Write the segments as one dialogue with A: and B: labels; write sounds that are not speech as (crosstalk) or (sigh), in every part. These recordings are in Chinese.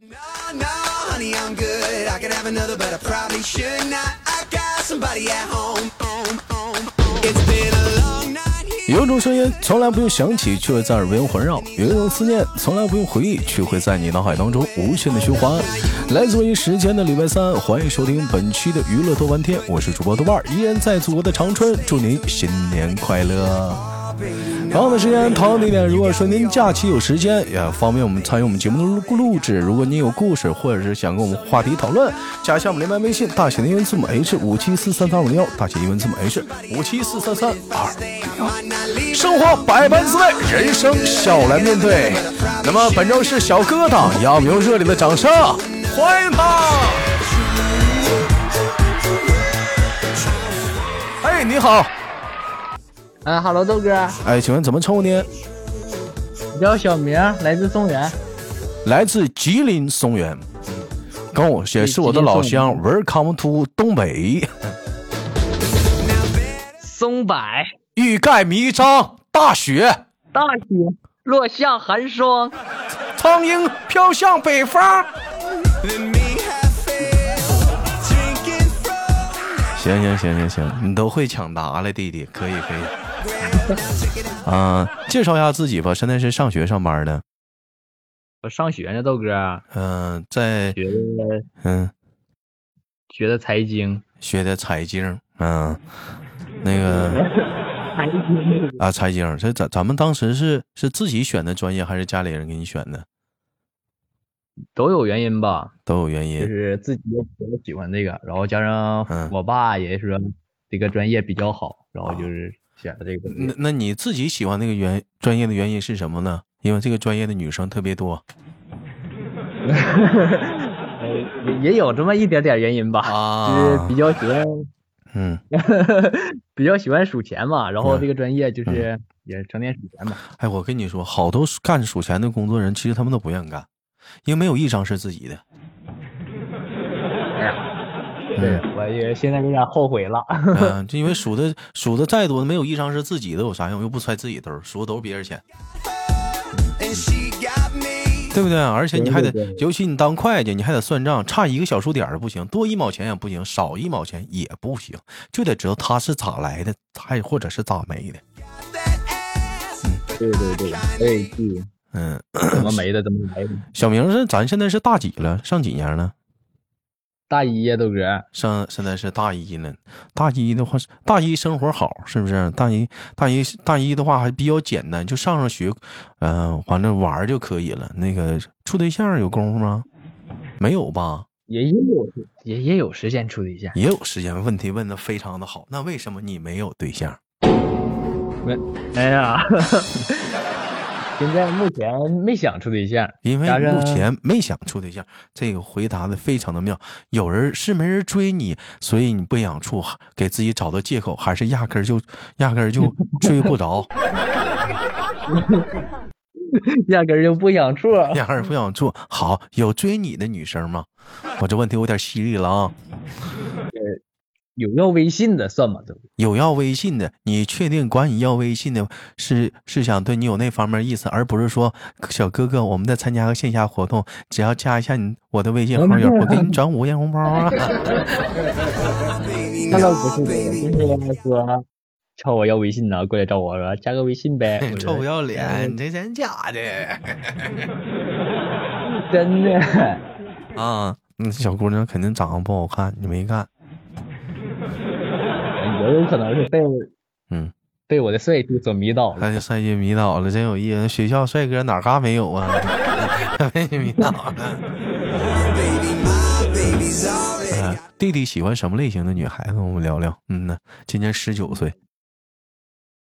A: No, no, honey, I'm good. I could have another, but I probably should not. I got somebody at home. home, home, home. It's been a long night here.
B: 有一种声音从来不用想起，却会在耳边环绕；有一种思念从来不用回忆，却会在你脑海当中无限的循环。来自于时间的礼拜三，欢迎收听本期的娱乐多玩天，我是主播豆瓣儿，依然在祖国的长春，祝您新年快乐。同样的时间，同样地点。如果说您假期有时间，也方便我们参与我们节目的录录制。如果您有故事，或者是想跟我们话题讨论，加一下我们连麦微信，大写的英文字母 H 五七四三三五零幺，大写英文字母 H 五七四三三二。
A: Might not leave.
B: 生活百般滋味，人生笑来面对。那么本周是小疙瘩，让我们用热烈的掌声欢迎他！哎，你好，
C: 嗯哈喽，豆哥，
B: 哎，请问怎么称呼您？
C: 我叫小明，来自松原。
B: 来自吉林松原，跟我也是我的老乡，Welcome to 东北。
C: 松柏，
B: 欲盖弥彰，大雪，
C: 大雪落下寒霜。
B: 苍鹰飘向北方。
A: Then me have failed. Drinking from
B: 行行行行行，你都会抢答了，弟弟，可以可以。 (laughs) 啊、介绍一下自己吧，现在是上学上班的，
C: 我上学呢，豆哥，
B: 嗯、在
C: 学的
B: 嗯
C: 学的财经，
B: 学的财经，嗯、那
C: 嗯
B: 个
C: 财经
B: 啊财经，这咱咱们当时是是自己选的专业，还是家里人给你选的？
C: 都有原因吧，
B: 都有原
C: 就
B: 因。
C: 是自己比较喜欢这个，然后加上
B: 嗯
C: 我爸也说这个专业比较好，然后就是选的这个。
B: 那那你自己喜欢那个原专业的原因是什么呢？因为这个专业的女生特别多
C: 呃也也有这么一点点原因吧，就是
B: 啊
C: 比，较喜欢 (laughs)
B: 嗯，
C: 比较喜欢数钱嘛，然后
B: 嗯
C: 这个专业就是也成天数钱嘛。
B: 哎，我跟你说，好多干数钱的工作人，其实他们都不愿意干，因为没有一张是自己
C: (laughs)
B: 的。
C: 对，我也现在有点后悔了。 (laughs)
B: 嗯，就因为数的数的再多，没有一张是自己的，有啥用？又不揣自己兜儿，数的都是别人钱，
A: and she got me.
B: 对不对？而且你还得
C: 对对，对
B: 尤其你当会计，你还得算账，差一个小数点儿不行，多一毛钱也不行，少一毛钱也不行，就得知道他是咋来的，还或者是咋没的。
A: That ass.
C: 对对对，我也记，
B: 嗯，
C: 怎么没的怎么来的。
B: 小明是咱现在是大几了？上几年了？
C: 大一呀，豆哥，
B: 上现在是大一呢，大一的话，大一生活好是不是？大一大一大一的话还比较简单，就上上学，嗯、反正玩儿就可以了。那个处对象有功夫吗？没有吧？
C: 也有也也有时间处对象，
B: 也有时间问题问的非常的好，那为什么你没有对象？
C: 哎呀， (laughs) 现在目前没想处对象，
B: 因为
C: 加上
B: 目前没想处对象。这个回答的非常的妙，有人是没人追你，所以你不想处，给自己找的借口，还是压根儿就压根儿就追不着。
C: 压根儿就不想 (laughs) 处。
B: (laughs) 俩人不想处。好，有追你的女生吗？我这问题有点犀利了啊。
C: 有要微信的算吗？豆哥，
B: 有要微信的，你确定管你要微信的是是想对你有那方面意思，而不是说小哥哥，我们再参加个线下活动，只要加一下你我的微信好友，我给你转五块钱红包啊。。
A: Baby,
C: 那倒
A: no,
C: 不是的，就是说朝我要微信呢，过来找我说加个微信 (laughs) 呗说
B: 哎臭不要脸，你这真假的
C: 真的， (laughs)
B: 啊？嗯，小姑娘肯定长得不好看，你没干。
C: 也有可能是被
B: 嗯，
C: 被我的帅气所迷倒了。
B: 那就帅气迷倒了，真有意思。学校帅哥哪嘎没有啊？ (laughs) 被你迷倒了。
A: baby, my baby's all that
B: 呃
A: got
B: 弟弟喜欢什么类型的女孩子？我们聊聊。嗯呐，今年十九岁，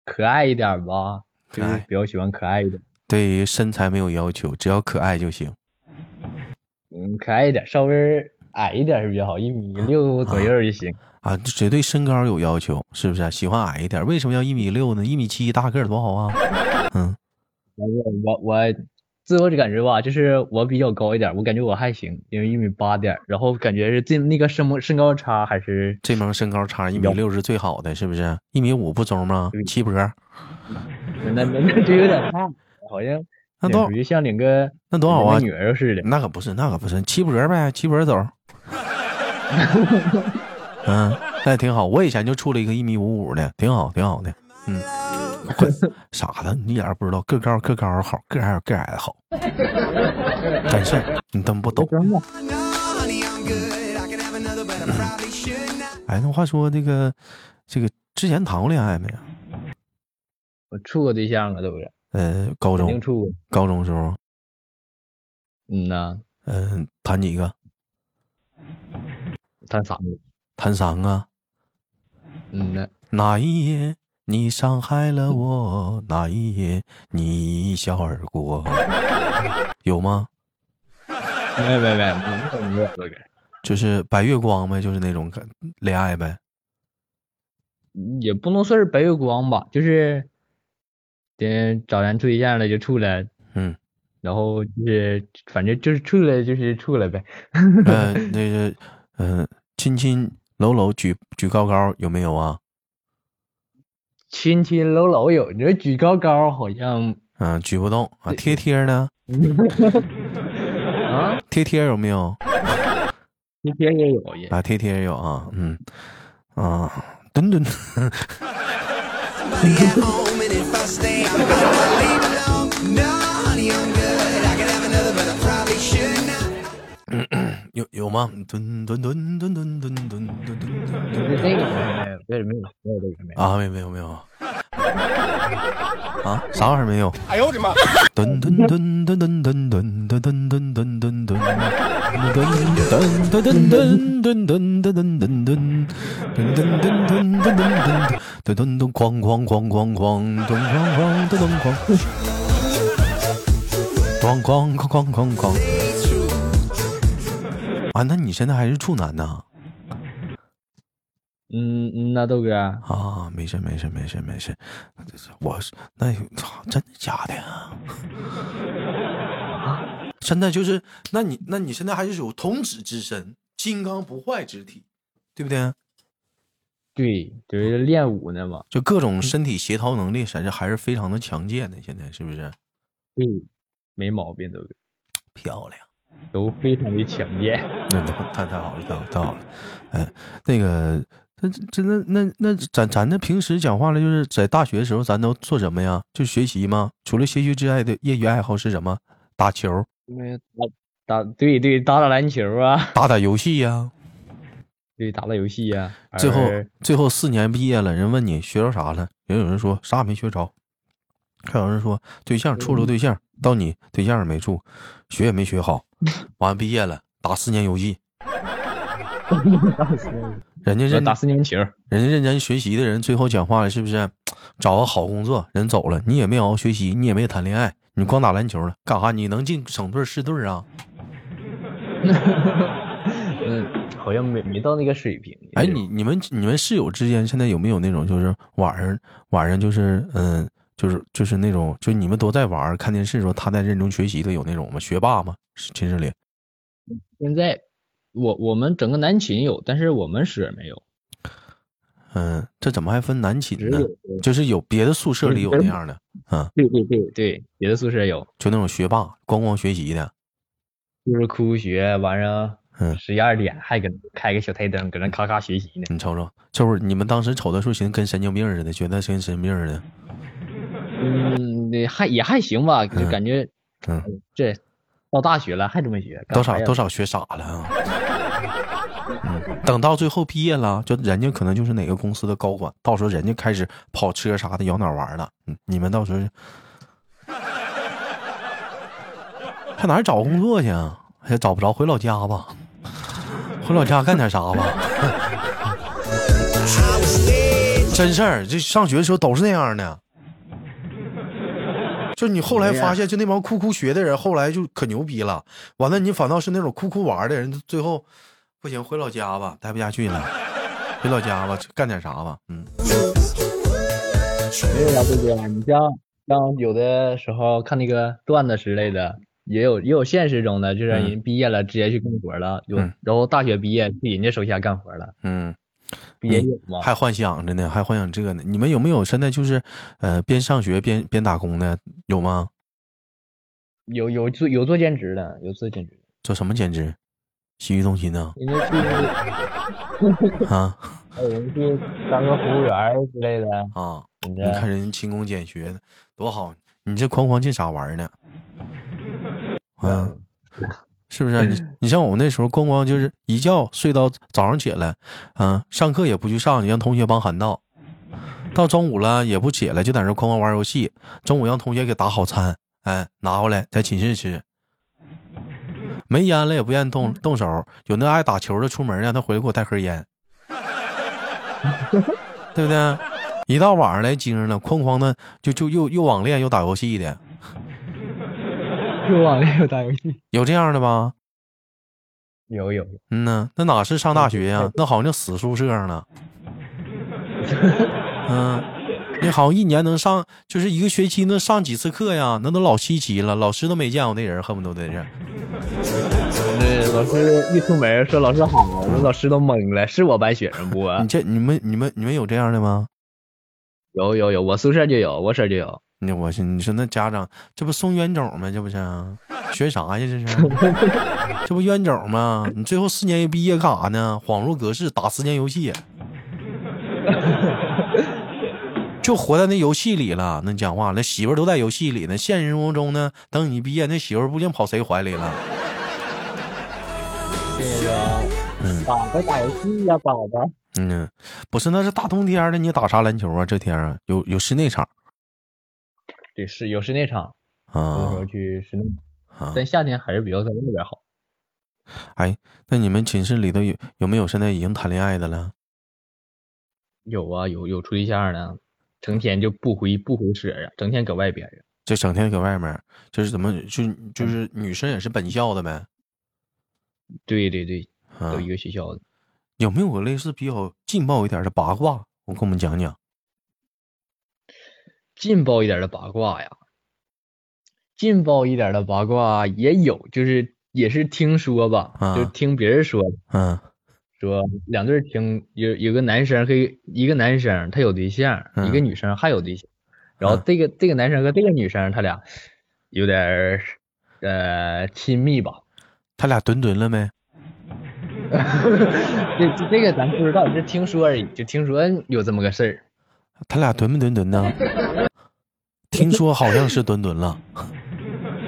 C: 可爱一点吧，
B: 可
C: 就
B: 爱
C: 是比较喜欢可爱一点，
B: 对于身材没有要求，只要可爱就行。
C: 嗯，可爱一点，稍微矮一点是比较好，一米六左右就行。
B: 啊，只对身高有要求，是不是、喜欢矮一点，为什么要一米六呢？一米七大个儿多好啊！嗯，
C: 然后我我自我感觉吧，就是我比较高一点，我感觉我还行，因为一米八点儿，然后感觉是这那个身高身高差还是
B: 这门身高差一米六是最好的，是不啊是？一米五不中吗？
C: 对
B: 七波，
C: 那那那就有点差，好像
B: 那
C: 也
B: 多
C: 属于像领个
B: 那多好啊
C: 领个女儿似的。
B: 那可不是，那可不是，七脖呗，七脖走。 (laughs) 嗯，那挺好。我以前就处了一个一米五五的，挺好，挺好的。嗯，傻子，你一点儿不知道，个高个高好，个矮有个矮的
C: (laughs)
B: 好。真是，你真不懂。
C: 真的，
A: No, honey, I'm good. I could have another, but I probably should not.
B: 哎，那话说这个，这个之前谈过恋爱没啊有？
C: 我处过对象啊，都是
B: 呃，高
C: 肯
B: 中，
C: 定处过。
B: 高中时候，
C: 嗯呐，
B: 嗯、谈几个？
C: 谈啥呢？
B: 谈三个。
C: 嗯呐，
B: 哪一夜你伤害了我？哪一夜你一笑而过？ (laughs) 有吗？
C: 没没没，没有没有这个，
B: 就是白月光呗，就是那种感恋爱呗。
C: 也不能算是白月光吧，就是，嗯，找人处对象了就处了，
B: 嗯，
C: 然后就是反正就是处了就是处了呗。
B: 呃，那个，嗯、亲亲搂搂举举高高有没有啊？
C: 亲亲搂搂有，你说举高高好像
B: 嗯、举不动啊。贴贴呢？
C: 啊，
B: 贴贴有没有？
C: 今天也有也
B: 啊，贴贴有啊。嗯，啊，墩墩，
A: Somebody at home, and if I stay, I'm gonna leave alone. No, honey, I'm good. I could have another, but I probably should not.
B: (laughs) 有有吗？墩墩墩墩墩墩墩墩墩墩
C: 不是这个没有，没有没有没有这个没有。
B: 啊，没有没有没有啊，啊，啥玩意儿没有？
D: 哎呦我的妈！
B: 噔噔噔噔噔噔噔噔噔噔噔噔噔噔噔噔噔噔噔噔噔噔噔噔噔噔噔噔噔噔噔噔哐哐哐哐哐咚哐哐咚咚哐，哐哐哐哐哐哐。啊，那你现在还是处男呢？
C: 嗯嗯，那豆哥啊，
B: 啊，没事没事没事没事，这是我是那操，真的假的呀？ (laughs) 真的就是，那你那你现在还是有童子之身，金刚不坏之体，对啊不对？
C: 对，就是练武呢嘛。
B: 就各种身体协调能力，还是还是非常的强健的。现在是不是
C: 对，没毛病，豆哥
B: 漂亮？
C: 都非常的强健。
B: 那太太好了，太好了，太好了。哎，那个，那这那那那咱咱这平时讲话了，就是在大学的时候，咱都做什么呀？就学习吗？除了学习之外的业余爱好是什么？打球。
C: 没有打打对对打打篮球啊，
B: 打打游戏呀、
C: 对打打游戏呀、啊。
B: 最后
C: 而
B: 最后四年毕业了，人问你学着啥了，也有人说啥也没学着，还有人说对象处了对象，到你对象也没处，学也没学好，完毕业了打四年游戏，人家
C: 我
B: 认
C: 打四年球，
B: 人家认真学习的人，最后讲话了是不是？找个好工作，人走了，你也没好好学习，你也没谈恋爱，你光打篮球了，干啥？你能进省队市队啊？
C: (laughs) 嗯，好像没没到那个水平。
B: 哎，你你们你们室友之间现在有没有那种就是晚上晚上就是嗯就是就是那种就你们都在玩儿看电视的时候，他在认真学习的有那种吗？学霸吗？是寝室里
C: 现在我我们整个南秦有，但是我们室没有，
B: 嗯，这怎么还分男寝
C: 只
B: 呢
C: 有？嗯
B: 就是有别的宿舍里有那样的，
C: 对对对对，别的宿舍有，
B: 就那种学霸光光学习的，
C: 就是哭学，晚上
B: 嗯
C: 十一二点还搁那开个小台灯，搁那咔咔学习呢。
B: 你瞅瞅，就是你们当时瞅的时候，寻思跟神经病似的，觉得跟神经病似的，
C: 嗯，那还也还行吧，就
B: 嗯
C: 感觉
B: 嗯，
C: 这到大学了还这么学，干
B: 多
C: 啥
B: 少
C: 呀
B: 多少学傻了啊。嗯，等到最后毕业了，就人家可能就是哪个公司的高管，到时候人家开始跑车啥的，摇哪玩了。嗯，你们到时候上哪儿找工作去啊？也找不着，回老家吧，回老家干点啥吧。
A: I was dead.
B: 真事儿，这上学的时候都是那样的。就你后来发现，就那帮酷酷学的人，后来就可牛逼了。完了，你反倒是那种酷酷玩的人，最后不行，回老家吧，待不下去了，回老家吧，干点啥吧。嗯，
C: 没有呀，对不对？你像像有的时候看那个段子之类的，也有也有现实中的，就是
B: 嗯
C: 人毕业了直接去干活了，有
B: 嗯
C: 然后大学毕业去人家手下干活了，
B: 嗯，
C: 不也有吗？
B: 还幻想着呢，还幻想这个呢。你们有没有现在就是，呃，边上学边边打工的有吗？
C: 有有做有做兼职的，有做兼职的，
B: 做什么兼职？洗浴中心呢？
C: 因为去
B: 啊
C: 有人去当个服务员儿之类的，
B: 啊！
C: 怎
B: 你
C: 么着？
B: 看人勤工俭学的多好，你这哐哐这咋玩呢？啊，是不是啊、你你像我们那时候，咣咣就是一觉睡到早上起来，啊，上课也不去上，你让同学帮喊到，到中午了也不起来，就在那哐哐玩游戏。中午让同学给打好餐，哎，拿回来在寝室吃。没烟了也不愿意动动手，有那爱打球的出门让他回来给我带盒烟， (laughs) 对啊不对？一到晚上来精神了，哐哐的就就又又网恋又打游戏的，
C: (laughs) 又网恋又打游戏，
B: 有这样的吧？
C: 有有有，
B: 嗯呐，那哪是上大学呀、那好像就死宿舍呢。嗯，那好像一年能上，就是一个学期能上几次课呀？那都老稀奇了，老师都没见过那人，恨不得在这儿。
C: 那老师一出门说老师好，那老师都懵了，是我班学生不？啊
B: 你这你们你们你们有这样的吗？
C: 有有有，我宿舍就有，我舍就有。
B: 那我是你说那家长这不送冤种吗？这不是啊学啥呀？这
C: (laughs)
B: 是这不冤种吗？你最后四年一毕业干啥呢？恍如隔世，打十年游戏，就活在那游戏里了。那你讲话，那媳妇儿都在游戏里呢。现实生活中呢，等你毕业，那媳妇儿不定跑谁怀里了。
C: 宝宝打游戏呀，宝宝。
B: 嗯，不是，那是大冬天的，你打啥篮球啊？这天啊，有有室内场
C: 对，是有室内场，有的
B: 啊
C: 时候去室内，
B: 啊！
C: 但夏天还是比较在外边好。
B: 哎，那你们寝室里头有有没有现在已经谈恋爱的了？
C: 有啊，有有处对象的，成天就不回不回舍呀，整天搁外边呀。
B: 就整天搁外面儿，就是怎么
C: 嗯
B: 就就是女生也是本校的呗，
C: 对对对，
B: 啊
C: 都，一个学校的。
B: 有没有个类似比较劲爆一点的八卦？我跟我们讲讲。
C: 劲爆一点的八卦呀，劲爆一点的八卦也有，就是也是听说吧，就
B: 啊
C: 听别人说
B: 嗯
C: 说两对儿情，有有个男生和一一个男生他有对象，一个
B: 嗯
C: 女生还有对象，然后
B: 嗯
C: 这个这个男生和这个女生他俩有点儿呃亲密吧， (laughs)
B: 他俩蹲蹲了没？
C: 这这这个咱不知道，这听说而已，就听说有这么个事儿。 (laughs)
B: 他俩蹲没蹲蹲呢？ (laughs) 听说好像是蹲蹲了。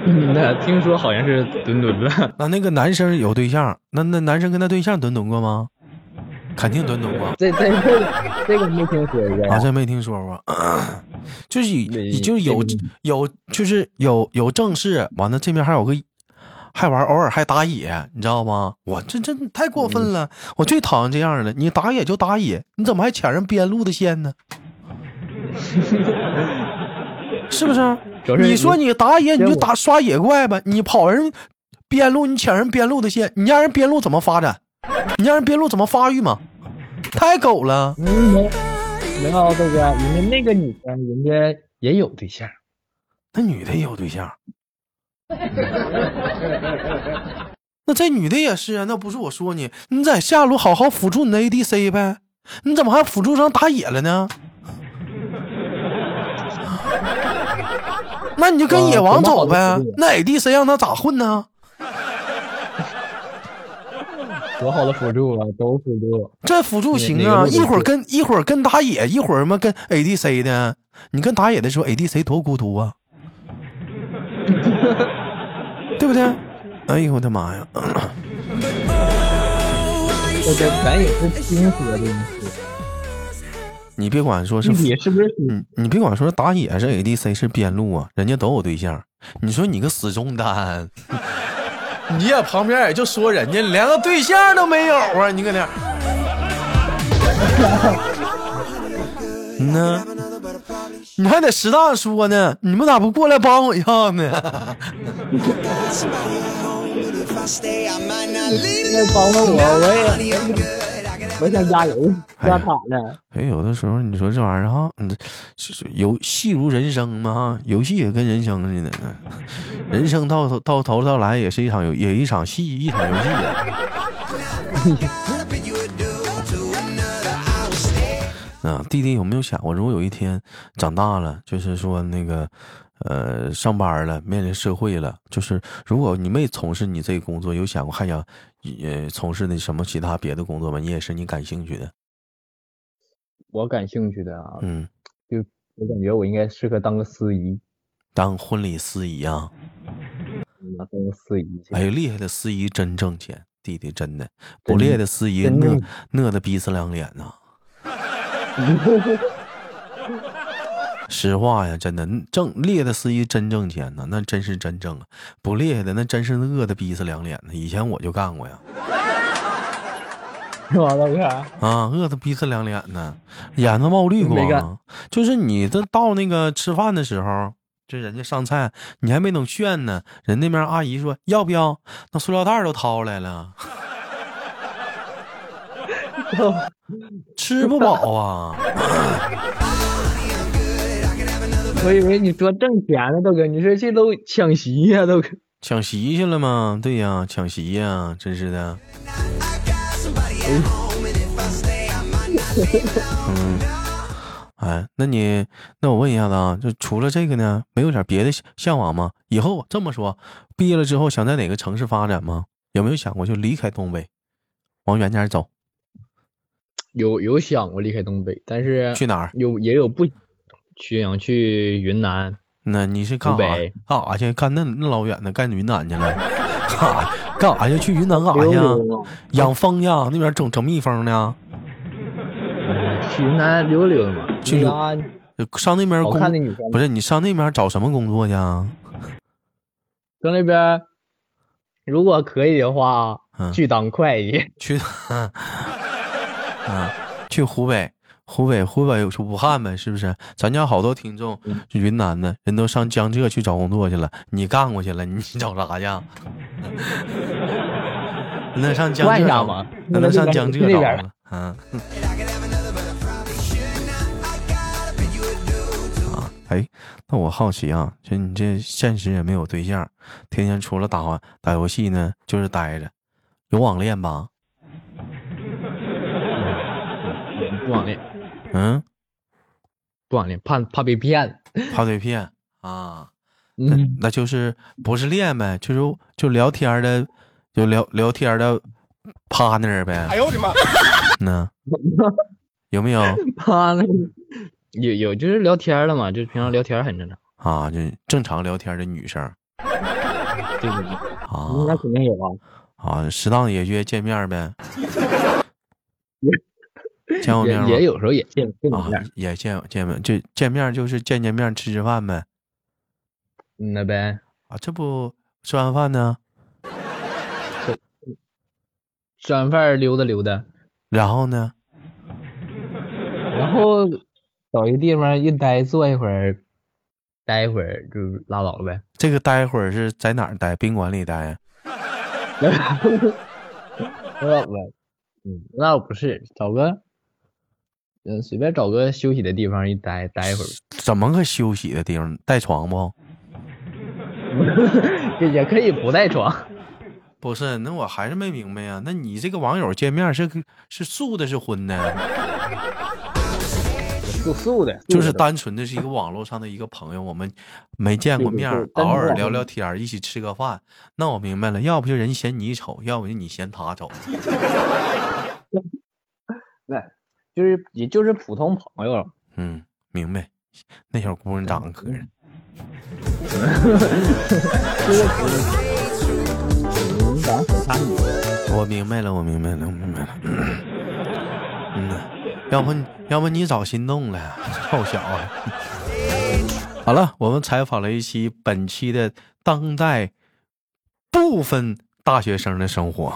C: 嗯，那听说好像是墩墩了，
B: 那那个男生有对象，那那男生跟他对象蹲蹲过吗？肯定蹲蹲过。
C: 这这这这个没听说过
B: 啊，
C: 呀。
B: 这没听说过， (clears throat) 就是
C: 没
B: 有就是有
C: 这
B: 有就是有有正事，完了这边还有个还玩，偶尔还打野，你知道吗？我这这太过分了，
C: 嗯
B: 我最讨厌这样的。你打野就打野，你怎么还抢人边路的线呢？ (laughs) 是不是？
C: 主要是
B: 你说你打野你就
C: 我
B: 打刷野怪呗，你跑人边路，你抢人边路的线，你让人边路怎么发展？你让人边路怎么发育嘛？太狗了！
C: 嗯，没没有这个，人家那个女生人家也有对象，
B: 那女的也有对象，那这女的也是啊。那不是我说你，你在下路好好辅助你的 ADC 呗，你怎么还辅助上打野了呢？ (laughs) 那你就跟野王走呗
C: 啊多么好的辅助，
B: 那 ADC 让他咋混呢？
C: 多好的辅助啊，都辅助。
B: 这辅助行
C: 哪
B: 啊，
C: 个路
B: 一
C: 都
B: 会儿
C: 是
B: 跟一会儿跟打野，一会儿嘛跟 ADC 的。你跟打野的时候，ADC 多孤独 (laughs) 啊，对不对？哎呦我的妈呀！ (coughs)
C: 这个咱也是听说的嘛，是
B: 你别管 (laughs) 说是
C: 具体是不是属于
B: 你你别管说打野是 ADC 是边路啊，人家都有对象。你说你个死忠单， (laughs) 你也旁边也就说人家连个对象都没有啊，你搁那儿。嗯呢，你还得适当说呢，你们咋不过来帮我一趟呢？ (laughs)
C: 那帮帮我，我也我也想加油
B: 哎呀
C: 加塔呢。
B: 哎，有的时候你说这玩意儿哈，嗯，是是游戏如人生嘛哈，游戏也跟人生似的，人生到头到头到来也是一场游，也一场戏，一场游戏啊。啊，弟弟有没有想过，如果有一天长大了，就是说那个，呃上班了，面临社会了，就是如果你没从事你这个工作，有想过还想呃从事那什么其他别的工作吗？你也是你感兴趣的，
C: 我感兴趣的啊，
B: 嗯，
C: 我感觉我应该适合当个司仪，
B: 当婚礼司仪啊，
C: 嗯当个司仪去。 (laughs)
B: 哎呦，厉害的司仪真挣钱，弟弟真的不厉害的司仪
C: 真
B: 那
C: 挣
B: 那的逼死两脸呐、实话呀，真的嗯挣厉害的司仪真挣钱呐、那真是真挣啊！不厉害的那真是饿的逼死两脸呢。以前我就干过呀，
C: 是吗，大哥？
B: 啊，饿的逼死两脸呢，眼子冒绿光
C: 没
B: 啊
C: 干。
B: 就是你这到那个吃饭的时候，就人家上菜，你还没等炫呢，人那边阿姨说要不要，那塑料袋儿都掏来
C: (laughs)
B: 了，吃不饱啊。
C: 我以为你说挣钱呢，豆哥，你是去搂抢席呀、豆哥。
B: 抢席去了吗？对呀，抢席呀，真是的。哎，那你，那我问一下子啊，就除了这个呢，没有点别的向向往吗？以后这么说，毕业了之后想在哪个城市发展吗？有没有想过就离开东北，往远点儿走？
C: 有有想过离开东北，但是
B: 去哪儿？
C: 有也有不去想去云南，
B: 那你是干啥
C: 湖北？
B: 干啥去？干那那老远的，干云南去了？ (laughs) 干啥？干啥去？去云南干啥去啊？养蜂去啊？那边整整蜜蜂呢？
C: 去云南溜达溜达嘛。
B: 去
C: 云
B: 溜
C: 南
B: 就上那边
C: 好
B: 工
C: 看的女生，
B: 不是你上那边找什么工作去啊？
C: 搁那边如果可以的话，
B: 嗯
C: 去当会计。
B: 去， (laughs) 啊，去湖北，湖北，湖北有是武汉呗，是不是？咱家好多听众
C: 嗯
B: 是云南的，人都上江浙去找工作去了，你干过去了，你找啥去啊？那上江
C: 换
B: 浙
C: 一下
B: 找
C: 嘛
B: 那能上江
C: 那
B: 浙
C: 边
B: 找
C: 儿
B: 吗？嗯。哎，那我好奇啊，就你这现实也没有对象，天天除了打完打游戏呢，就是待着，有网恋吧？
C: 不网恋， (laughs)
B: 嗯，
C: 不网恋，怕怕被 (laughs) 骗。
B: 怕被骗啊？
C: 嗯，
B: 那就是不是恋呗，就是就聊天儿的，就聊聊天儿的 partner 呗。哎呦我的妈！
C: (laughs)
B: 那有没有
C: 怕那有有就是聊天了嘛，就是平常聊天很正常。
B: 啊？就正常聊天的女生
C: (laughs) 对对对，
B: 啊
C: 应该肯定有啊。
B: 啊，适当也约见面儿
C: (laughs)
B: 呗。见过面吗
C: 也也有时候也见见
B: 啊
C: 面儿，，
B: 也见见面，就见面就是见见面吃吃饭呗。
C: 嗯那呗，
B: 啊，这不吃完饭呢，
C: 吃完饭儿溜达溜达，
B: 然后呢？
C: 然后找一个地方一待坐一会儿，待一会儿就拉倒了呗。
B: 这个待会儿是在哪儿待？宾馆里待？啊
C: 那我，嗯，那我不是找个，嗯，随便找个休息的地方一待待一会儿，
B: 怎么个休息的地方？带床不？
C: (laughs) 也也可以不带床。
B: 不是，那我还是没明白呀、那你这个网友见面是个是素的，是荤 (laughs) 的？
C: 素素的，
B: 就是单纯的是一个网络上的一个朋友，我们没见过面
C: 对
B: 儿，
C: 对对
B: 偶尔
C: 单纯
B: 聊聊天儿，一起吃个饭。那我明白了，要不就人嫌你丑，要不就你嫌他丑。
C: 对，就是也就是普通朋友，
B: 嗯，明白。那小姑娘长得磕碜。
C: 嗯，长得好看你。
B: 我明白了，我明白了，我明白了。嗯呐，要不你要不你早心动了， (laughs) 臭小子。好了，我们采访了一期本期的当代部分大学生的生活。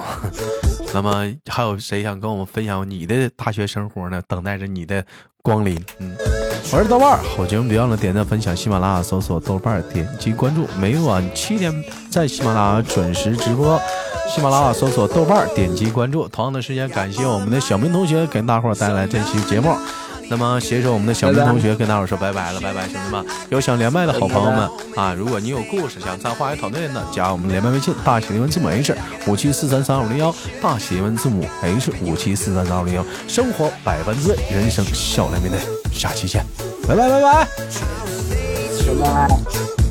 B: 那么还有谁想跟我们分享你的大学生活呢？等待着你的光临。嗯，我是豆瓣儿，好节目别忘了点赞、分享。喜马拉雅搜索豆瓣儿，点击关注。每晚七点在喜马拉雅准时直播。喜马拉雅搜索豆瓣儿，点击关注。同样的时间，感谢我们的小明同学给大伙儿带来这期节目。那么，携手我们的小明同学跟大伙儿说拜拜了，拜拜，兄弟们！有想连麦的好朋友们啊，如果你有故事想参话来讨论的，加我们连麦微信大写的英文字母 H 五七四三三二五零幺，大写英文字母 H 五七四三三二五零幺。生活百般滋味，人生笑来面对。下期见，拜拜拜拜。
A: Show
D: 拜拜。